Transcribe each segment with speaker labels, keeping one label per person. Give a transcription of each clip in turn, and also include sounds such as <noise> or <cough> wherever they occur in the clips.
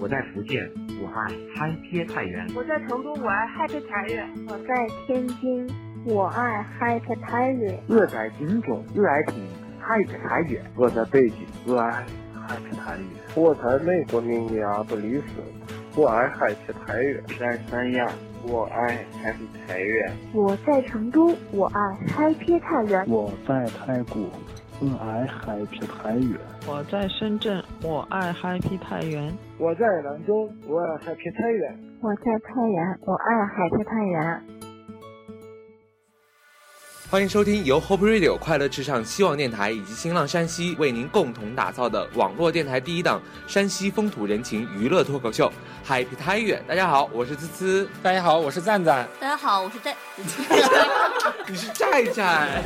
Speaker 1: 我在福建，我爱嗨贴菜园；
Speaker 2: 我在成都，我爱 Happy 茶园；
Speaker 3: 我在天津，我爱 Happy 茶园；
Speaker 4: 我在金钟，我爱听 Happy 茶园；
Speaker 5: 我在北京，
Speaker 6: 我爱 Happy 茶园；
Speaker 7: 我在美国明尼阿波利斯，我爱 Happy 茶园；
Speaker 8: 在三亚，我爱 Happy 茶园；
Speaker 3: 我在成都，我爱 Happy 茶园；
Speaker 9: 我在泰国。我爱 Happy 太原。
Speaker 10: 我在深圳，我爱 Happy 太原。
Speaker 11: 我在兰州，我爱 Happy 太原。
Speaker 3: 我在太原，我爱 Happy 太原。
Speaker 12: 欢迎收听由 Hope Radio 快乐至上希望电台以及新浪山西为您共同打造的网络电台第一档山西风土人情娱乐脱口秀《Happy 太原》。大家好，我是滋滋。
Speaker 13: 大家好，我是赞赞。
Speaker 14: 大家好，我是寨。
Speaker 12: 你是寨寨。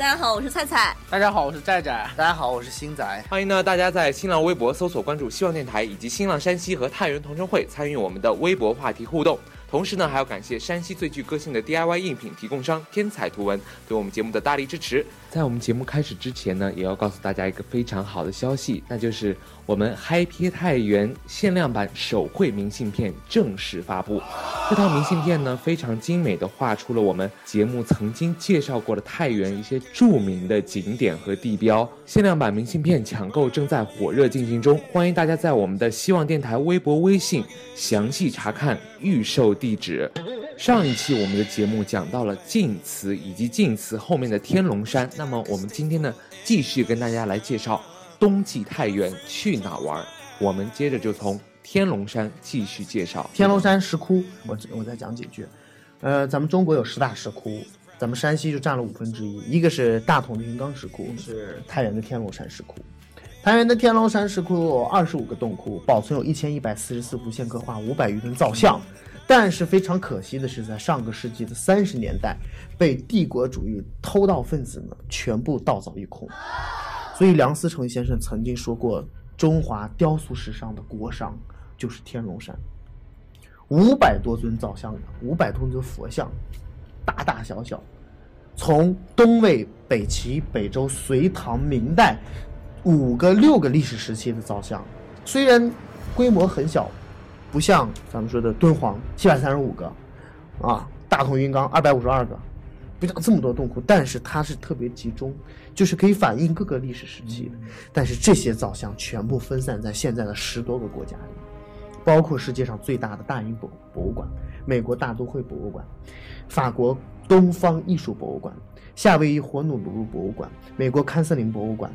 Speaker 14: 大家好，我是菜菜。
Speaker 13: 大家好，我是寨寨。
Speaker 15: 大家好，我是星仔。
Speaker 12: 欢迎呢，大家在新浪微博搜索关注希望电台以及新浪山西和太原同城会，参与我们的微博话题互动。同时呢，还要感谢山西最具个性的 DIY 印品提供商天彩图文对我们节目的大力支持。在我们节目开始之前呢，也要告诉大家一个非常好的消息，那就是我们嗨皮太原限量版手绘明信片正式发布。这套明信片呢，非常精美的画出了我们节目曾经介绍过的太原一些著名的景点和地标。限量版明信片抢购正在火热进行中，欢迎大家在我们的希望电台微博、微信详细查看预售地址。上一期我们的节目讲到了晋祠以及晋祠后面的天龙山，那么我们今天呢，继续跟大家来介绍冬季太原去哪玩。我们接着就从。天龙山继续介绍。
Speaker 15: 天龙山石窟，我我再讲几句。呃，咱们中国有十大石窟，咱们山西就占了五分之一。一个是大同的云冈石窟，是太原的天龙山石窟。太原的天龙山石窟有二十五个洞窟，保存有一千一百四十四幅线刻画，五百余名造像。但是非常可惜的是，在上个世纪的三十年代，被帝国主义偷盗分子们全部盗走一空。所以梁思成先生曾经说过，中华雕塑史上的国殇。就是天龙山，五百多尊造像，五百多尊佛像，大大小小，从东魏、北齐、北周、隋唐、明代五个六个历史时期的造像，虽然规模很小，不像咱们说的敦煌七百三十五个，啊，大同云冈二百五十二个，不像这么多洞窟，但是它是特别集中，就是可以反映各个历史时期的。但是这些造像全部分散在现在的十多个国家里。包括世界上最大的大英博博物馆、美国大都会博物馆、法国东方艺术博物馆、夏威夷火奴鲁鲁博物馆、美国堪森林博物馆、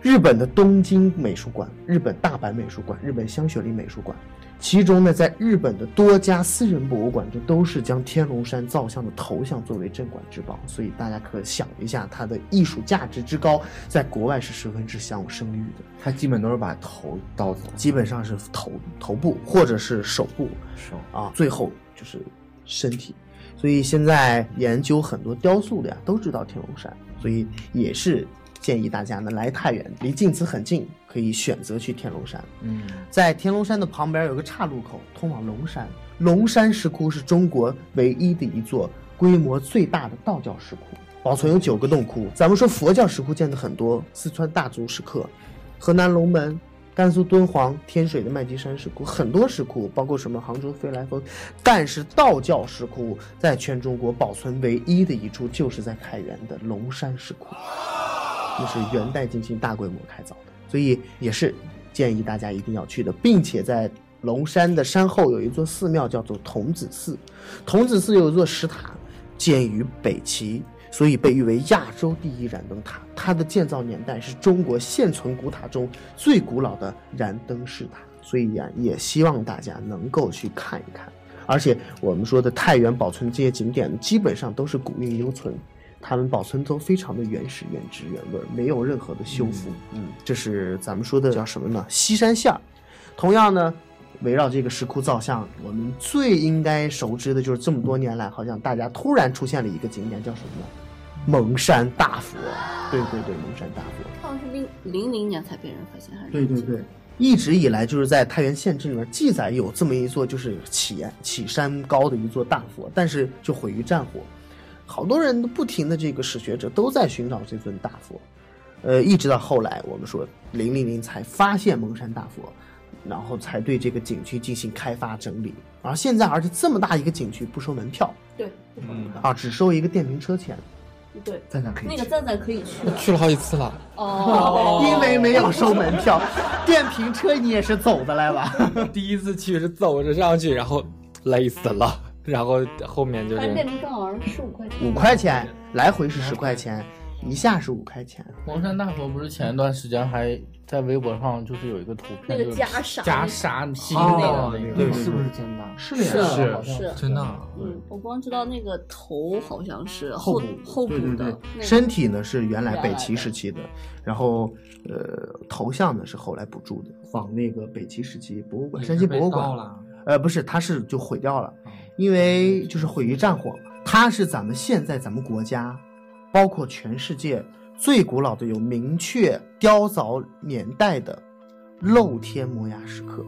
Speaker 15: 日本的东京美术馆、日本大阪美术馆、日本香雪梨美术馆。其中呢，在日本的多家私人博物馆，这都是将天龙山造像的头像作为镇馆之宝，所以大家可想一下它的艺术价值之高，在国外是十分之享有声誉的。
Speaker 12: 它基本都是把头盗走，
Speaker 15: 基本上是头头部或者是手部，
Speaker 12: 手
Speaker 15: 啊，最后就是身体。所以现在研究很多雕塑的呀，都知道天龙山，所以也是。建议大家呢来太原，离晋祠很近，可以选择去天龙山。
Speaker 12: 嗯，
Speaker 15: 在天龙山的旁边有个岔路口，通往龙山。龙山石窟是中国唯一的一座规模最大的道教石窟，保存有九个洞窟。咱们说佛教石窟建的很多，四川大足石刻、河南龙门、甘肃敦煌、天水的麦积山石窟，很多石窟，包括什么杭州飞来峰。但是道教石窟在全中国保存唯一的一处，就是在太原的龙山石窟。就是元代进行大规模开凿的，所以也是建议大家一定要去的，并且在龙山的山后有一座寺庙，叫做童子寺。童子寺有一座石塔，建于北齐，所以被誉为亚洲第一燃灯塔。它的建造年代是中国现存古塔中最古老的燃灯式塔，所以呀、啊，也希望大家能够去看一看。而且我们说的太原保存这些景点，基本上都是古韵犹存。它们保存都非常的原始、原汁原味，没有任何的修复。
Speaker 12: 嗯，嗯
Speaker 15: 这是咱们说的叫什么呢？西山下。同样呢，围绕这个石窟造像，我们最应该熟知的就是这么多年来，好像大家突然出现了一个景点，叫什么呢？蒙山大佛。对对对，蒙山大
Speaker 14: 佛。好像哦是零零零年才被人发现，还是？
Speaker 15: 对对对。一直以来就是在太原县志里面记载有这么一座就是起起山高的一座大佛，但是就毁于战火。好多人不停的这个史学者都在寻找这尊大佛，呃，一直到后来我们说零零零才发现蒙山大佛，然后才对这个景区进行开发整理。而现在，而且这么大一个景区不收门票，
Speaker 14: 对，嗯
Speaker 15: 啊，只收一个电瓶车钱。
Speaker 14: 对，
Speaker 15: 赞赞可以
Speaker 14: 那个赞赞可以去了，
Speaker 5: 去了好几次了。
Speaker 14: 哦，
Speaker 15: 因为没有收门票，电瓶车你也是走的来吧？
Speaker 5: 第一次去是走着上去，然后累死了，然后后面就
Speaker 14: 反正
Speaker 5: 是
Speaker 14: 电瓶车好像是十五块钱，
Speaker 15: 五块钱，来回是十块钱，一下是五块钱。
Speaker 16: 黄山大佛不是前一段时间还在微博上就是有一个图
Speaker 14: 那
Speaker 16: 片，
Speaker 14: 个
Speaker 16: 就是
Speaker 14: 袈
Speaker 16: 袈
Speaker 14: 裟
Speaker 16: 裟新的
Speaker 5: 哦
Speaker 16: 那个，
Speaker 5: 对是不是真的
Speaker 15: 是
Speaker 5: 的呀
Speaker 16: 是
Speaker 5: 是
Speaker 14: 是
Speaker 5: 真的啊。
Speaker 14: 嗯，我光知道那个头好像是
Speaker 15: 后
Speaker 14: 后
Speaker 15: 补
Speaker 14: 后补
Speaker 15: 对对
Speaker 14: 的
Speaker 15: 对，，
Speaker 14: 那个
Speaker 15: 身体呢是原来
Speaker 14: 原
Speaker 15: 北
Speaker 14: 来
Speaker 15: 齐时期的，然后呃头像呢是后来补助的，仿那个北齐时期博物馆，
Speaker 5: 也
Speaker 15: 山
Speaker 5: 是
Speaker 15: 西
Speaker 5: 被
Speaker 15: 博物
Speaker 5: 盗
Speaker 15: 馆
Speaker 5: 了，
Speaker 15: 呃不是，它是就毁掉了，因为就是毁于战火嘛。它是咱们现在咱们国家，包括全世界最古老的有明确雕凿年代的露天摩崖石刻。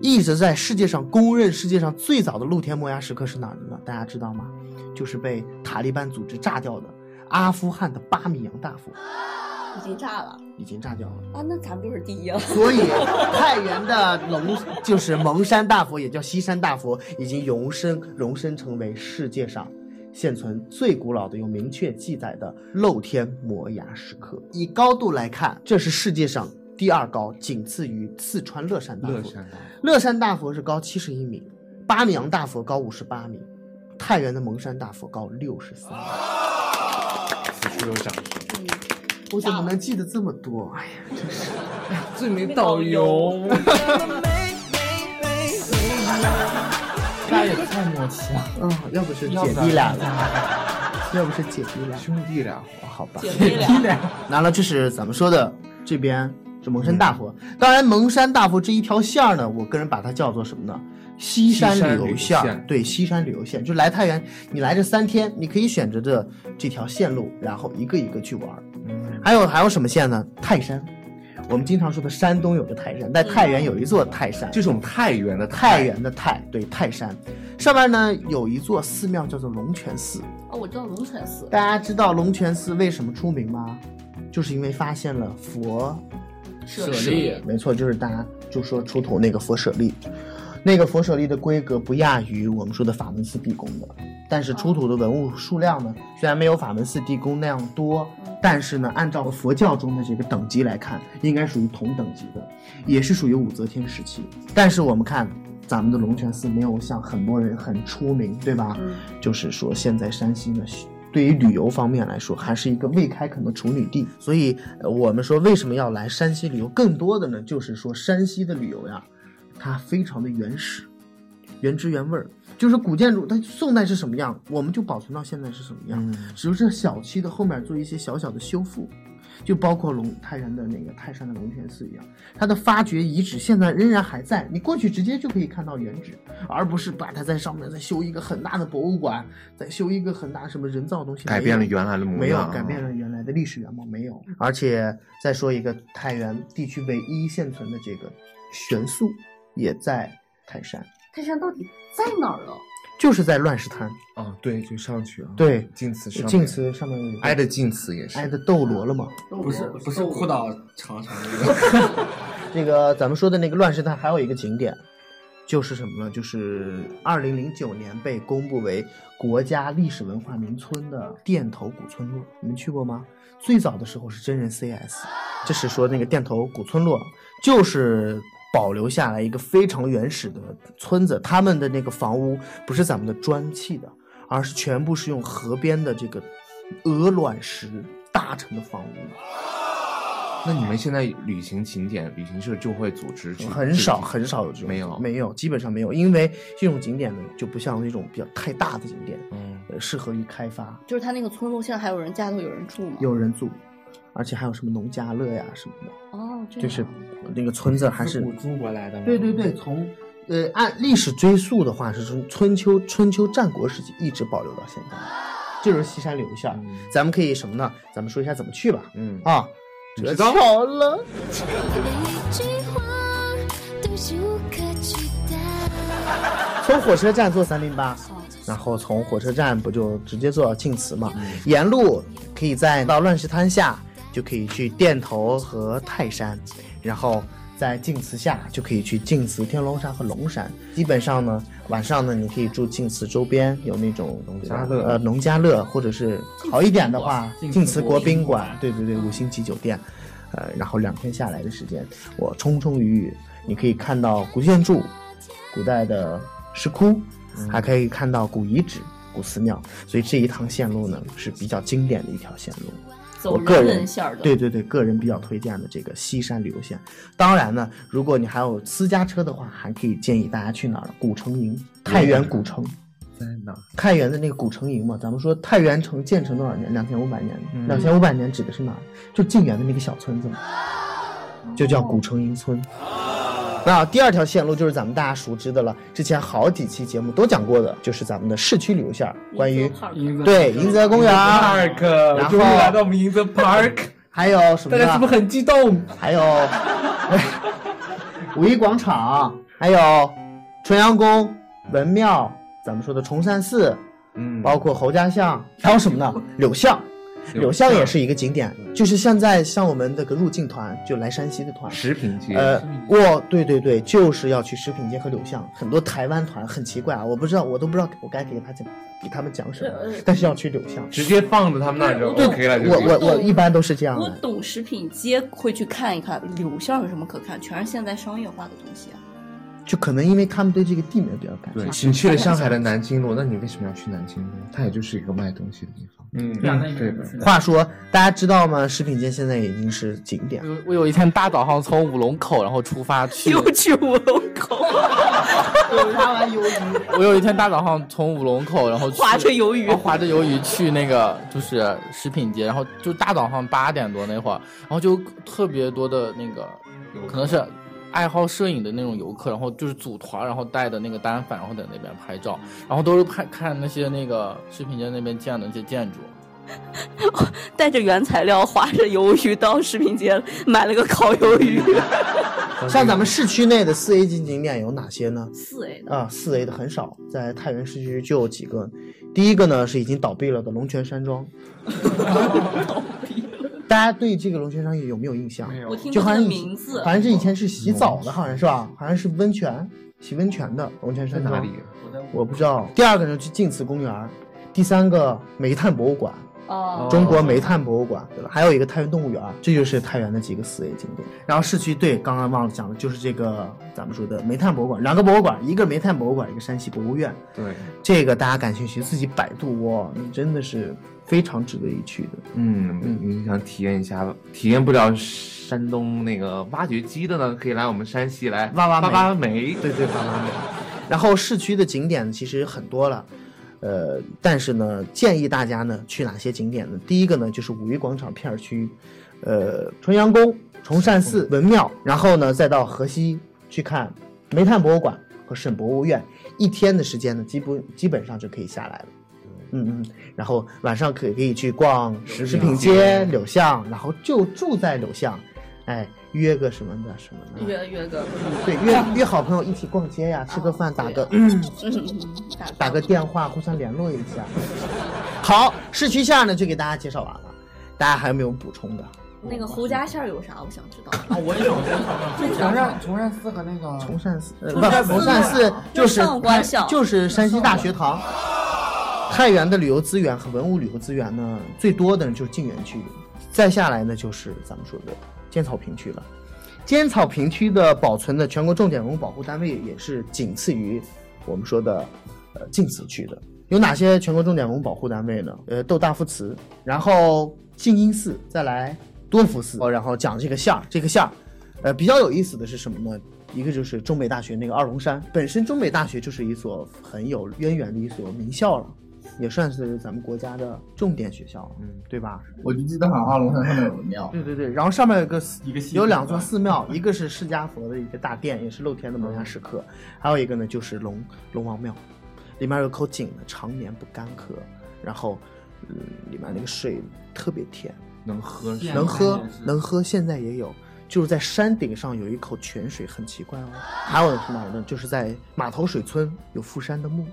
Speaker 15: 一直在世界上公认世界上最早的露天摩崖石刻是哪儿的呢？大家知道吗？就是被塔利班组织炸掉的阿富汗的巴米扬大佛
Speaker 14: 已经炸了
Speaker 15: 已经炸掉了。
Speaker 14: 啊！那咱们就是第一啊，
Speaker 15: 所以太原的龙就是蒙山大佛，也叫西山大佛，已经荣升荣升成为世界上现存最古老的有明确记载的露天摩崖石刻。以高度来看，这是世界上第二高，仅次于四川乐山大佛。
Speaker 5: 乐山大佛
Speaker 15: 乐山大佛是高七十一米，巴米扬大佛高五十八米，太原的蒙山大佛高六十三米。
Speaker 5: 此处有掌声。
Speaker 15: 嗯我怎么能记得这么多？哎呀，真是。
Speaker 5: 最没导
Speaker 12: 哦
Speaker 5: 游，
Speaker 16: 那也太默契了。
Speaker 15: 嗯，要不是姐
Speaker 16: 要不
Speaker 15: 弟俩
Speaker 16: 咱
Speaker 15: 了，要不是姐弟俩，兄
Speaker 5: 弟俩，
Speaker 15: 好吧，
Speaker 16: 姐弟
Speaker 15: <laughs>
Speaker 16: 俩姐弟俩。
Speaker 15: 拿了，这是咱们说的这边是蒙山大佛。当然，蒙山大佛这一条线儿呢，我个人把它叫做什么呢？西山
Speaker 5: 山
Speaker 15: 旅
Speaker 5: 旅
Speaker 15: 游
Speaker 5: 游
Speaker 15: 线儿
Speaker 5: 线，
Speaker 15: 对，西山旅游线，就来太原，你来这三天，你可以选择这这条线路，然后一个一个去玩儿。
Speaker 16: 嗯
Speaker 15: 还有还有什么线呢？泰山，我们经常说的山东有个泰山，在
Speaker 16: 嗯
Speaker 15: 太原有一座泰山，
Speaker 12: 这是我们太原的
Speaker 15: 太原的泰，对泰山，上面呢有一座寺庙叫做龙泉寺。
Speaker 14: 哦，我知道龙泉寺，
Speaker 15: 大家知道龙泉寺为什么出名吗？就是因为发现了佛
Speaker 16: 舍利
Speaker 15: 没错，就是大家就说出土那个佛舍利，那个佛舍利的规格不亚于我们说的法门寺地宫的，但是出土的文物数量呢，虽然没有法门寺地宫那样多，但是呢，按照佛教中的这个等级来看，应该属于同等级的，也是属于武则天时期。但是我们看。咱们的龙泉寺没有像很多人很出名，对吧？就是说，现在山西呢，对于旅游方面来说，还是一个未开垦的处女地。所以，呃我们说为什么要来山西旅游？更多的呢，就是说山西的旅游呀，它非常的原始，原汁原味儿。就是古建筑，它宋代是什么样，我们就保存到现在是什么
Speaker 12: 嗯
Speaker 15: 样，只是小区的后面做一些小小的修复。就包括龙太原的那个泰山的龙泉寺一样，它的发掘遗址现在仍然还在，你过去直接就可以看到原址，而不是把它在上面再修一个很大的博物馆，再修一个很大什么人造东西，
Speaker 12: 改变了原来的模样啊
Speaker 15: 没有改变了原来的历史原貌，没有。而且再说一个太原地区唯一现存的这个悬塑，也在泰山，
Speaker 14: 泰山到底在哪儿啊？
Speaker 15: 就是在乱石滩，
Speaker 12: 啊，对，就上去啊，
Speaker 15: 对，
Speaker 12: 晋祠上面，
Speaker 15: 晋祠上面有一个
Speaker 12: 挨着晋祠也是
Speaker 15: 挨着斗罗了嘛。
Speaker 16: 不是不是哭倒长城那个。
Speaker 15: <laughs> 那个咱们说的那个乱石滩还有一个景点，就是什么呢？就是二零零九年被公布为国家历史文化名村的店头古村落，你们去过吗？最早的时候是真人 CS，这是说那个店头古村落就是。保留下来一个非常原始的村子，他们的那个房屋不是咱们的砖砌的，而是全部是用河边的这个鹅卵石搭成的房屋。
Speaker 12: 那你们现在旅行景点，旅行社就会组织去？
Speaker 15: 很少很少有这种，
Speaker 12: 没有
Speaker 15: 没有，基本上没有，因为这种景点呢，就不像那种比较太大的景点，
Speaker 12: 嗯，
Speaker 15: 呃，适合于开发，
Speaker 14: 就是他那个村落，现在还有人家头有人住吗？
Speaker 15: 有人住，而且还有什么农家乐呀什么的，
Speaker 14: 哦，这
Speaker 15: 就是那个村子还是
Speaker 5: 中国来的吗？
Speaker 15: 对对对，从呃按历史追溯的话，是从春秋春秋战国时期一直保留到现在，这就是西山留下。咱们可以什么呢？咱们说一下怎么去吧。
Speaker 12: 嗯
Speaker 15: 啊，
Speaker 12: 你
Speaker 15: 这
Speaker 12: 知道
Speaker 15: 巧了。从火车站坐三零八，然后从火车站不就直接坐到晋祠嘛？沿路可以在到乱石滩下，就可以去店头和泰山，然后在晋祠下就可以去晋祠、天龙山和龙山。基本上呢，晚上呢，你可以住晋祠周边，有那种农
Speaker 16: 家乐
Speaker 15: 呃农家乐，或者是好一点的话，
Speaker 16: 晋祠
Speaker 15: 啊晋祠国
Speaker 16: 国宾
Speaker 15: 宾馆，嗯对对对，五星级酒店。呃，然后两天下来的时间，我冲冲雨雨，你可以看到古建筑、古代的石窟，还可以看到古遗址、古寺庙，所以这一趟线路呢是比较经典的一条线路。
Speaker 14: 走
Speaker 15: 我个
Speaker 14: 人
Speaker 15: 人
Speaker 14: 文线儿的
Speaker 15: 对对对，个人比较推荐的这个西山旅游线。当然呢，如果你还有私家车的话，还可以建议大家去哪儿？古城营，太原古城。
Speaker 16: 在哪？
Speaker 15: <laughs> 太原的那个古城营嘛，咱们说太原城建成多少年？两千五百年。
Speaker 16: 嗯
Speaker 15: 两千五百年指的是哪儿？就晋源的那个小村子嘛，就叫古城营村。那第二条线路就是咱们大家熟知的了，之前好几期节目都讲过的，就是咱们的市区旅游线儿，关于对银泽公园儿
Speaker 16: Park，
Speaker 15: 然后
Speaker 16: 终于来到我们银泽 Park，
Speaker 15: 还有什么呢？
Speaker 16: 大家是不是很激动？
Speaker 15: 还 <laughs> 有五一广场，还有纯阳宫、文庙，咱们说的崇山寺，
Speaker 16: 嗯，
Speaker 15: 包括侯家巷，还有什么呢？柳巷。柳巷也是一个景点，就是现在像我们那个入境团，就来山西的团，
Speaker 12: 食品街
Speaker 15: 呃，我对对对，就是要去食品街和柳巷。很多台湾团很奇怪啊，我不知道，我都不知道我该给他讲，给他们讲什么
Speaker 14: 呃呃，
Speaker 15: 但是要去柳巷。
Speaker 12: 直接放着他们那儿就
Speaker 14: 对
Speaker 12: OK 了，就
Speaker 15: 我
Speaker 12: 是
Speaker 15: 我我一般都是这样
Speaker 14: 我
Speaker 15: 的。
Speaker 14: 懂食品街会去看一看，柳巷有什么可看？全是现在商业化的东西啊。
Speaker 15: 就可能因为他们对这个地名比较感
Speaker 12: 对
Speaker 15: 兴趣。
Speaker 12: 你去了上海的南京路，那你为什么要去南京路？它也就是一个卖东西的地方。嗯
Speaker 13: 啊
Speaker 12: 对吧？
Speaker 15: 话说，大家知道吗？食品街现在已经是景点。
Speaker 13: 我有一天大早上从五龙口然后出发
Speaker 12: 哎
Speaker 13: 去，
Speaker 14: 又 <laughs> 去五龙口，
Speaker 16: 他玩鱿鱼。
Speaker 13: 我有一天大早上从五龙口然后去
Speaker 14: 划着鱿鱼
Speaker 13: 然后划着鱿鱼去那个就是食品街，然后就大早上八点多那会儿，然后就特别多的那个可能是。爱好摄影的那种游客，然后就是组团，然后带的那个单反，然后在那边拍照，然后都是拍看那些那个食品街那边建的那些建筑。
Speaker 14: 带着原材料划着鱿鱼到食品街买了个烤鱿鱼。
Speaker 12: 嗯
Speaker 15: 像咱们市区内的四 A 级景点有哪些呢？
Speaker 14: <laughs> 四 A 的
Speaker 15: 啊，四 A 的很少，在太原市区就有几个。第一个呢是已经倒闭了的龙泉山庄。 <laughs> 大家对这个龙泉山庄有没有印象？
Speaker 14: 我听过
Speaker 15: 就好像
Speaker 14: 这个
Speaker 15: 以
Speaker 14: 名字
Speaker 15: 好像是以前是洗澡的，好像是吧？好像是温泉，洗温泉的龙泉山庄。
Speaker 12: 在哪里
Speaker 15: 我不知道。第二个呢去晋祠公园，第三个煤炭博物馆。
Speaker 14: 哦
Speaker 15: 中国煤炭博物馆，对吧？还有一个太原动物园，这就是太原的几个四 A 景点。然后市区对，刚刚忘了讲了，就是这个咱们说的煤炭博物馆，两个博物馆，一个煤炭博物馆，一个山西博物院。
Speaker 12: 对，
Speaker 15: 这个大家感兴趣，自己百度哦，你真的是非常值得一去的。
Speaker 12: 嗯，你想体验一下，体验不了山东那个挖掘机的呢，可以来我们山西来
Speaker 15: 挖挖
Speaker 12: 挖挖
Speaker 15: 煤
Speaker 12: 煤，
Speaker 15: 对对挖挖煤。然后市区的景点其实很多了，呃，但是呢，建议大家呢去哪些景点呢？第一个呢就是五一广场片儿区，呃，纯阳宫、崇善寺、文庙，然后呢再到河西去看煤炭博物馆和省博物院，一天的时间呢，基本基本上就可以下来了。嗯嗯，然后晚上可以可以去逛食品街、柳巷，然后就住在柳巷，哎，约个什么的什么的，
Speaker 14: 约约个
Speaker 15: 对，约约好朋友一起逛街嗯呀，吃个饭，打个、 <clears throat>
Speaker 14: 嗯，
Speaker 15: 打个电话，互相联络一下。好，市区线呢就给大家介绍完了，大家还有没有补充的？
Speaker 14: 那个侯家线儿有啥？我想知道。
Speaker 16: 啊，
Speaker 15: <laughs>
Speaker 16: 我也想知道
Speaker 14: 这
Speaker 16: 崇善崇善寺和那个
Speaker 15: 崇善寺，呃，
Speaker 16: 啊崇善
Speaker 15: 不，
Speaker 16: 寺啊
Speaker 15: 崇善寺就是
Speaker 16: 上官
Speaker 14: 校
Speaker 15: 就是山西大学堂。太原的旅游资源和文物旅游资源呢，最多的就是晋源区，再下来呢就是咱们说的尖草坪区了。尖草坪区的保存的全国重点文物保护单位也是仅次于我们说的呃晋祠区的。有哪些全国重点文物保护单位呢？呃，窦大夫祠，然后静音寺，再来多福寺，哦然后讲这个线儿，这个线儿，呃，比较有意思的是什么呢？一个就是中北大学那个二龙山，本身中北大学就是一所很有渊源的一所名校了，也算是咱们国家的重点学校，嗯，对吧？
Speaker 16: 我就记得好像二龙山上面有个庙。
Speaker 15: 对对对，然后上面有个
Speaker 16: 一个
Speaker 15: 有两座寺庙，一个是释迦佛的一个大殿，也是露天的摩崖石刻，还有一个呢就是龙龙王庙，里面有口井呢，常年不干涸，然后嗯，里面那个水特别甜，
Speaker 12: 能喝是吧
Speaker 15: 能喝能喝，现在也有。就是在山顶上有一口泉水，很奇怪哦。还有是哪儿呢？就是在码头水村有富山的墓，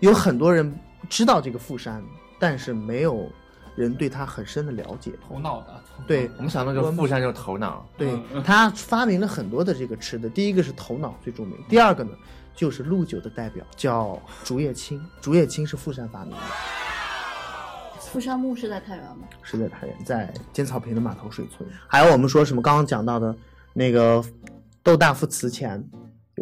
Speaker 15: 有很多人知道这个富山，但是没有人对它很深的了解。
Speaker 13: 头脑的，
Speaker 15: 对
Speaker 12: 我们
Speaker 13: <laughs>
Speaker 12: 想到就是富山就是头脑，
Speaker 15: 对他发明了很多的这个吃的，第一个是头脑最著名，第二个呢就是陆酒的代表叫竹叶青，竹叶青是富山发明的，
Speaker 14: 富山木是在太原吗？
Speaker 15: 是在太原，在尖草坪的码头水村。还有我们说什么刚刚讲到的那个窦大夫祠前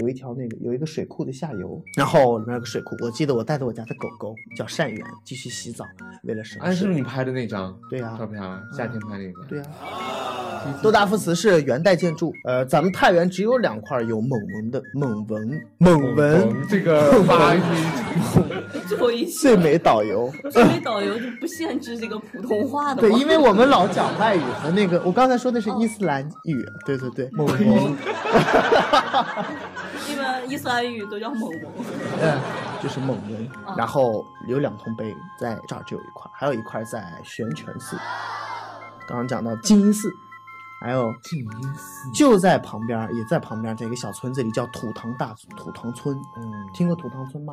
Speaker 15: 有一条那个有一个水库的下游，然后里面有个水库，我记得我带着我家的狗狗叫善缘继续洗澡，为了省
Speaker 12: 哎，是
Speaker 15: 事。
Speaker 12: 不是你拍的那张？
Speaker 15: 对呀
Speaker 12: 照片啊，夏天拍那个。
Speaker 15: 对呀、窦大夫祠是元代建筑，呃，咱们太原只有两块有蒙文的蒙文蒙文
Speaker 13: 这个
Speaker 15: 蒙
Speaker 13: 发音
Speaker 15: <laughs> 文哎
Speaker 14: 最后一期
Speaker 15: 最美导游。
Speaker 14: 最美导游就不限制这个普通话的
Speaker 15: 对
Speaker 14: 吗，
Speaker 15: 因为我们老讲外语和那个，我刚才说的是伊斯兰语，对对对，蒙文，
Speaker 14: <laughs> 一般伊斯兰语都叫某某。
Speaker 15: 嗯，就是蒙文
Speaker 14: 哦。
Speaker 15: 然后有两通碑，在这儿只有一块，还有一块在玄泉寺。刚刚讲到静音寺，还有
Speaker 12: 静音寺
Speaker 15: 就在旁边，也在旁边这个小村子里叫土塘大土塘村。嗯，听过土塘村吗？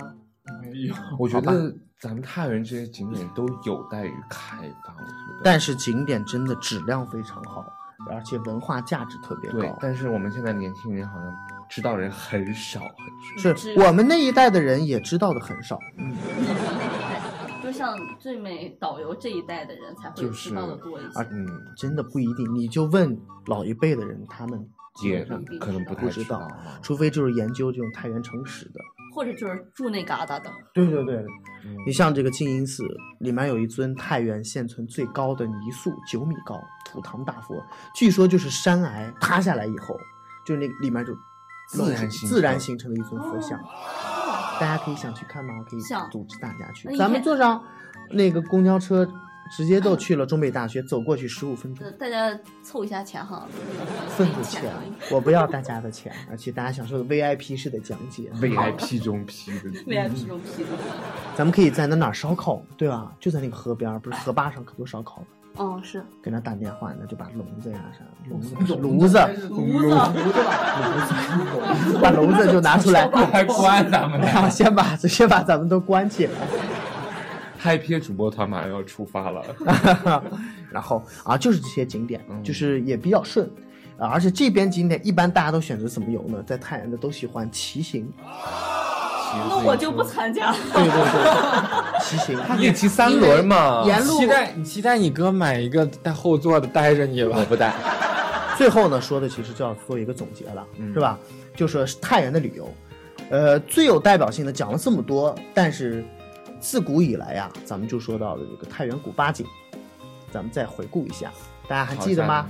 Speaker 13: 没有
Speaker 12: 我觉
Speaker 15: 好
Speaker 12: 得
Speaker 15: 吧
Speaker 12: 咱们太原这些景点都有待于开发，我觉得。
Speaker 15: 但是景点真的质量非常好，而且文化价值特别
Speaker 12: 对
Speaker 15: 高，。
Speaker 12: 但是我们现在年轻人好像知道人很少很少。
Speaker 15: 是我们那一代的人也知道的很少。
Speaker 14: 就像最美导游这一代的人才会知道的多一些。
Speaker 15: 啊，嗯，真的不一定，你就问老一辈的人，他们
Speaker 12: 也可能不太
Speaker 15: 知
Speaker 12: 知啊
Speaker 15: 道，除非就是研究这种太原城史的。
Speaker 14: 或者就是住那旮沓的，
Speaker 15: 对对对，
Speaker 12: 嗯
Speaker 15: 你像这个静音寺里面有一尊太原现存最高的泥塑，九米高土堂大佛，据说就是山崖塌下来以后，就是那里面就
Speaker 12: 自然形成
Speaker 15: 自然形成的一尊佛像。大家可以想去看吗？我可以
Speaker 14: 想
Speaker 15: 组织大家去
Speaker 14: 那，你
Speaker 15: 咱们
Speaker 14: 看
Speaker 15: 坐上那个公交车，直接都去了中北大学，走过去十五分钟。
Speaker 14: 呃大家凑一下钱
Speaker 15: <laughs>
Speaker 14: 哈，
Speaker 15: 份子钱，我不要大家的钱，而且大家享受的 VIP 式的讲解
Speaker 12: VIP 中 P
Speaker 15: <laughs>
Speaker 12: 的
Speaker 14: VIP 中 P 的。
Speaker 15: 咱们可以在那哪儿烧烤，对吧？就在那个河边儿，不是河坝上可多烧烤了。
Speaker 14: 嗯，是
Speaker 15: 给他打电话，那就把笼子呀啥，笼子
Speaker 13: 笼
Speaker 15: 炉子
Speaker 13: 炉
Speaker 15: 子把笼子就拿出来，
Speaker 13: 还关咱们 <laughs>
Speaker 15: 然后先把先把咱们都关起来，
Speaker 12: 嗨皮主播团马上要出发了，
Speaker 15: 然后啊，就是这些景点，就是也比较顺。啊，而且这边景点一般大家都选择怎么游呢？在太原的都喜欢骑 <laughs> 行，
Speaker 14: 那我就不参加了。
Speaker 15: 对对对，骑行，
Speaker 12: 也骑三轮嘛
Speaker 15: <laughs> 沿
Speaker 5: 哎
Speaker 15: 路
Speaker 5: 期待你期待你哥买一个带后座的带着你吧，我
Speaker 12: 不带。
Speaker 15: 最后呢，说的其实就要做一个总结了，
Speaker 12: 嗯
Speaker 15: 是吧？就说是太原的旅游，呃，最有代表性的讲了这么多，但是自古以来呀，咱们就说到了这个太原古八景，咱们再回顾一下，大家还记得吗？？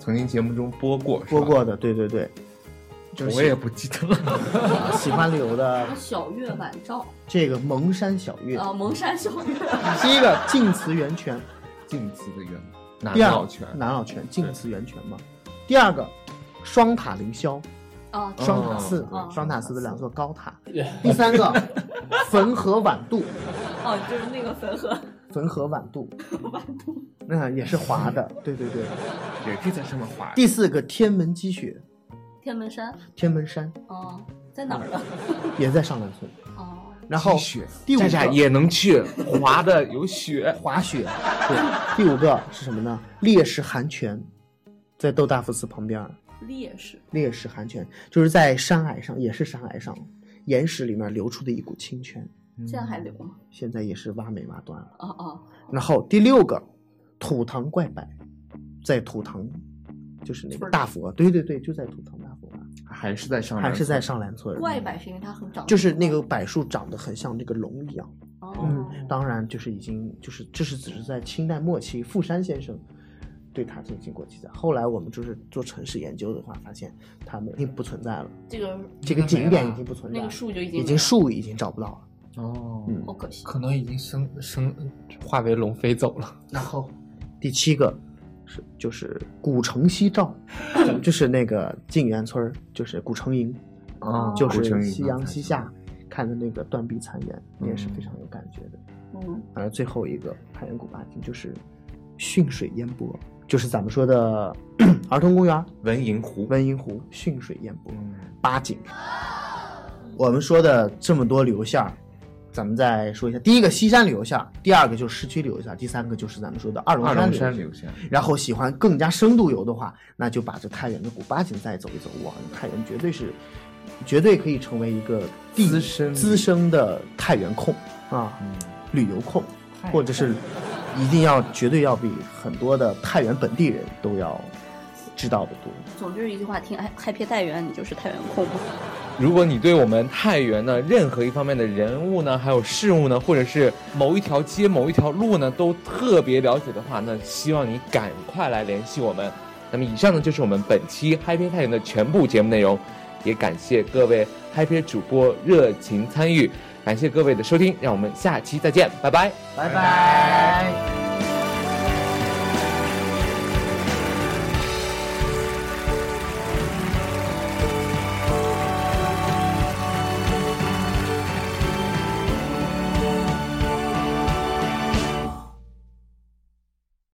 Speaker 12: 曾经节目中播过，
Speaker 15: 播过的，对对对，就是
Speaker 12: 我也不记得
Speaker 15: 了。喜欢旅游的
Speaker 14: 什么小月晚照，
Speaker 15: 这个蒙山小 <laughs> 月，
Speaker 14: 呃，蒙山小月，
Speaker 15: <laughs> 第一个晋祠源泉，
Speaker 12: 晋祠的源， <laughs> 南
Speaker 15: 第二
Speaker 12: 老泉，
Speaker 15: 南老泉，晋祠源泉嘛。第二个，双塔凌霄，
Speaker 14: 啊，
Speaker 12: 嗯
Speaker 15: 双塔寺
Speaker 14: 哦，
Speaker 15: 双塔寺的两座高塔。第三 <laughs> 个，汾河晚渡，
Speaker 14: 哦，就是那个汾河，
Speaker 15: 汾河晚渡，那也是滑的，对对对。
Speaker 12: 也可以在上面滑。
Speaker 15: 第四个，天门积雪，
Speaker 14: 天门山，
Speaker 15: 天门山
Speaker 14: 哦，在哪儿呢？
Speaker 15: 也在上南村。
Speaker 14: 哦，
Speaker 15: 然后第五
Speaker 12: 寨
Speaker 15: 个
Speaker 12: 寨也能去滑的，有雪，
Speaker 15: <laughs> 滑雪。对，第五个是什么呢？烈士寒泉，在窦大夫寺旁边儿。
Speaker 14: 烈士，
Speaker 15: 烈士寒泉就是在山崖上，也是山崖上岩石里面流出的一股清泉，
Speaker 14: 现在还留吗？
Speaker 15: 现在也是挖没挖断了。
Speaker 14: 哦哦，
Speaker 15: 然后第六个，土堂怪柏，在土堂，就是那个大佛，对对对，就在土堂大佛吧，
Speaker 12: 还是在上，
Speaker 15: 还是在上。兰村，
Speaker 14: 怪柏是因为它很长，
Speaker 15: 就是那个嗯柏树长得很像那个龙一样。
Speaker 14: 哦，
Speaker 15: 当然就是已经就是这是只是在清代末期，富山先生对它进行过记载。后来我们就是做城市研究的话，发现它们已经不存在了，
Speaker 14: 这个
Speaker 15: 这个景点已经不存在
Speaker 14: 那
Speaker 15: 了，
Speaker 14: 个树就已经
Speaker 15: 已经树已经找不到了。
Speaker 13: 哦，
Speaker 15: 嗯
Speaker 14: 好可惜。
Speaker 13: 可能已经生生化为龙飞走了。
Speaker 15: 然后第七个是就是古城西
Speaker 12: <laughs>
Speaker 15: 照，就是那个晋园村儿，就是古城营
Speaker 12: 啊
Speaker 15: 哦就
Speaker 12: 古城
Speaker 15: 是
Speaker 12: 营
Speaker 15: 夕阳西下看的那个断壁残垣，
Speaker 12: 嗯
Speaker 15: 也是非常有感觉的。
Speaker 14: 嗯，
Speaker 15: 完了最后一个太原古八景就是汛水烟波，就是咱们说的 <clears throat> 儿童公园、
Speaker 12: 文银湖、嗯
Speaker 15: 文银湖、汛水烟波、八景。我们说的这么多流线儿，咱们再说一下，第一个西山旅游线，第二个就是市区旅游线，第三个就是咱们说的二龙
Speaker 13: 二龙
Speaker 15: 山
Speaker 13: 山
Speaker 15: 旅
Speaker 13: 旅
Speaker 15: 游
Speaker 13: 游
Speaker 15: 线
Speaker 13: 线。
Speaker 15: 然后喜欢更加深度游的话，那就把这太原的古巴景再走一走。哇，太原绝对是，绝对可以成为一个地资深资深的太原控啊，
Speaker 12: 嗯
Speaker 15: 旅游控，或者是一定要绝对要比很多的太原本地人都要知道的多。
Speaker 14: 总之一句话，听嗨嗨皮太原，你就是太原控嘛。
Speaker 12: 如果你对我们太原呢任何一方面的人物呢，还有事物呢，或者是某一条街、某一条路呢，都特别了解的话，那希望你赶快来联系我们。那么以上呢就是我们本期嗨皮太原的全部节目内容，也感谢各位嗨皮主播热情参与，感谢各位的收听，让我们下期再见，拜拜，
Speaker 15: 拜拜。